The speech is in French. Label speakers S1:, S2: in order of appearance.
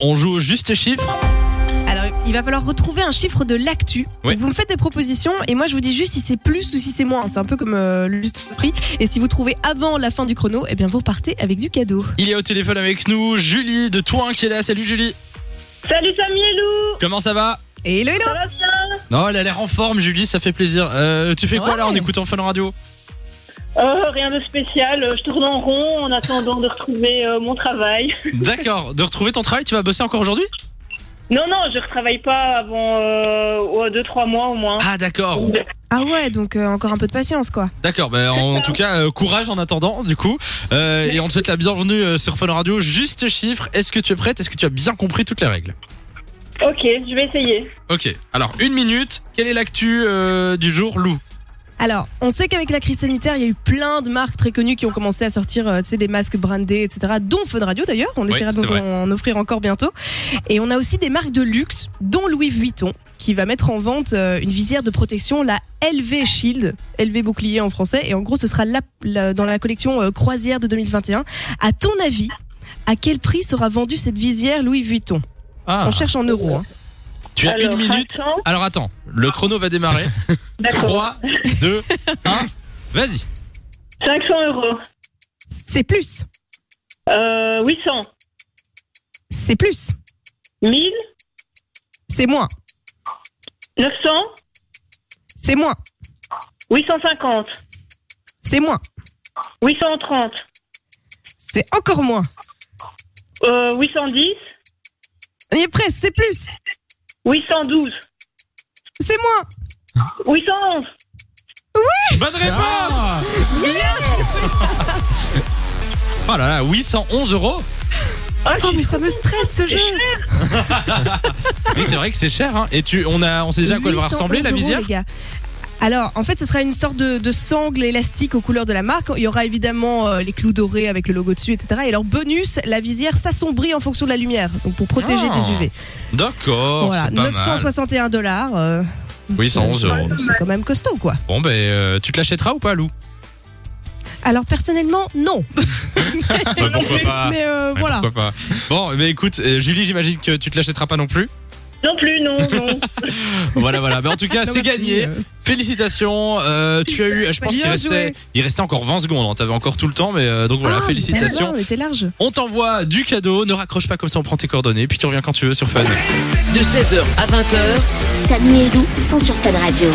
S1: On joue au juste chiffre.
S2: Alors, il va falloir retrouver un chiffre de l'actu.
S1: Oui.
S2: Donc, Vous me faites des propositions et moi je vous dis juste si c'est plus ou si c'est moins. C'est un peu comme euh, le juste prix. Et si vous trouvez avant la fin du chrono, eh bien vous repartez avec du cadeau.
S1: Il est au téléphone avec nous, Julie de Toin qui est là. Salut Julie.
S3: Salut Samy et Lou
S1: Comment ça va
S2: Et hello, hello
S3: Ça va bien
S1: Non, elle a l'air en forme, Julie, ça fait plaisir. Euh, tu fais quoi
S2: Ouais.
S1: là en écoutant Fun Radio
S3: Euh, Rien de spécial, euh, je tourne en rond en attendant de retrouver euh, mon travail.
S1: D'accord, de retrouver ton travail, tu vas bosser encore aujourd'hui
S3: Non, non, je ne retravaille pas avant euh, 2-3 mois au moins.
S1: Ah d'accord,
S2: Ah ouais, donc euh, encore un peu de patience quoi.
S1: d'accord. Bah, en, en tout cas, euh, courage en attendant du coup. Euh, et on te souhaite la bienvenue euh, sur Fun Radio. Juste chiffre, est-ce que tu es prête Est-ce que tu as bien compris toutes les règles
S3: Ok, je vais essayer.
S1: Ok, alors une minute, quelle est l'actu euh, du jour, Lou
S2: Alors, on sait qu'avec la crise sanitaire, il y a eu plein de marques très connues qui ont commencé à sortir euh, tu sais, des masques brandés, etc. Dont Fun Radio d'ailleurs. On
S1: Oui,
S2: essaiera de
S1: c'est
S2: nous en, en offrir encore bientôt. Et on a aussi des marques de luxe, dont Louis Vuitton, qui va mettre en vente euh, une visière de protection, la LV Shield, LV bouclier en français. Et en gros, ce sera la- la- dans la collection euh, croisière de 2021. À ton avis, à quel prix sera vendue cette visière Louis Vuitton
S1: Ah,
S2: On cherche en euros. hein.
S1: tu as
S3: Alors,
S1: une minute.
S3: attends.
S1: Alors attends, le chrono va démarrer.
S3: D'accord.
S1: 3, 2, 1, vas-y.
S3: 500 euros.
S2: C'est plus.
S3: Euh, 800.
S2: C'est plus.
S3: 1000.
S2: C'est moins.
S3: 900.
S2: C'est moins.
S3: 850.
S2: C'est moins.
S3: 830.
S2: C'est encore moins.
S3: Euh, 810.
S2: On y est presque, c'est plus.
S3: 812.
S2: C'est moins
S3: 811.
S1: Bonne
S2: Ah.
S1: réponse Oh là là, 811 euros
S3: Ah,
S2: Oh mais ça me stresse ce jeu
S1: Oui, c'est vrai que c'est cher. Hein. Et tu, on, a, on sait déjà à quoi elle va
S2: 811
S1: ressembler, la
S2: euros,
S1: visière
S2: les gars. alors, en fait, ce sera une sorte de, de sangle élastique aux couleurs de la marque. Il y aura évidemment euh, les clous dorés avec le logo dessus, etc. Et leur bonus, la visière s'assombrit en fonction de la lumière, donc pour protéger
S1: Ah,
S2: des UV.
S1: D'accord,
S2: voilà,
S1: c'est pas
S2: 961 dollars. euh,
S1: mal. 811 euros.
S2: c'est quand même costaud, quoi.
S1: Bon, ben, euh, tu te l'achèteras ou pas, Lou
S2: Alors personnellement, non.
S1: Bah, Pourquoi pas
S2: mais euh,
S1: Ouais,
S2: voilà.
S1: Pourquoi pas Bon, ben écoute, euh, Julie, j'imagine que tu te l'achèteras pas non plus.
S3: Non plus, non, non.
S1: Voilà, voilà. Mais en tout cas,
S2: Non,
S1: c'est
S2: mais
S1: gagné.
S2: puis, euh,
S1: Félicitations. euh, tu as eu, je pense
S2: Bien
S1: qu'il restait,
S2: joué.
S1: il restait encore 20 secondes. hein, T'avais encore tout le temps, mais euh, donc voilà,
S2: ah,
S1: félicitations.
S2: mais t'es large.
S1: On t'envoie du cadeau, ne raccroche pas comme ça, on prend tes coordonnées, puis tu reviens quand tu veux sur Fun.
S4: de 16h à 20h.
S5: Samy et Lou sont sur Fan Radio.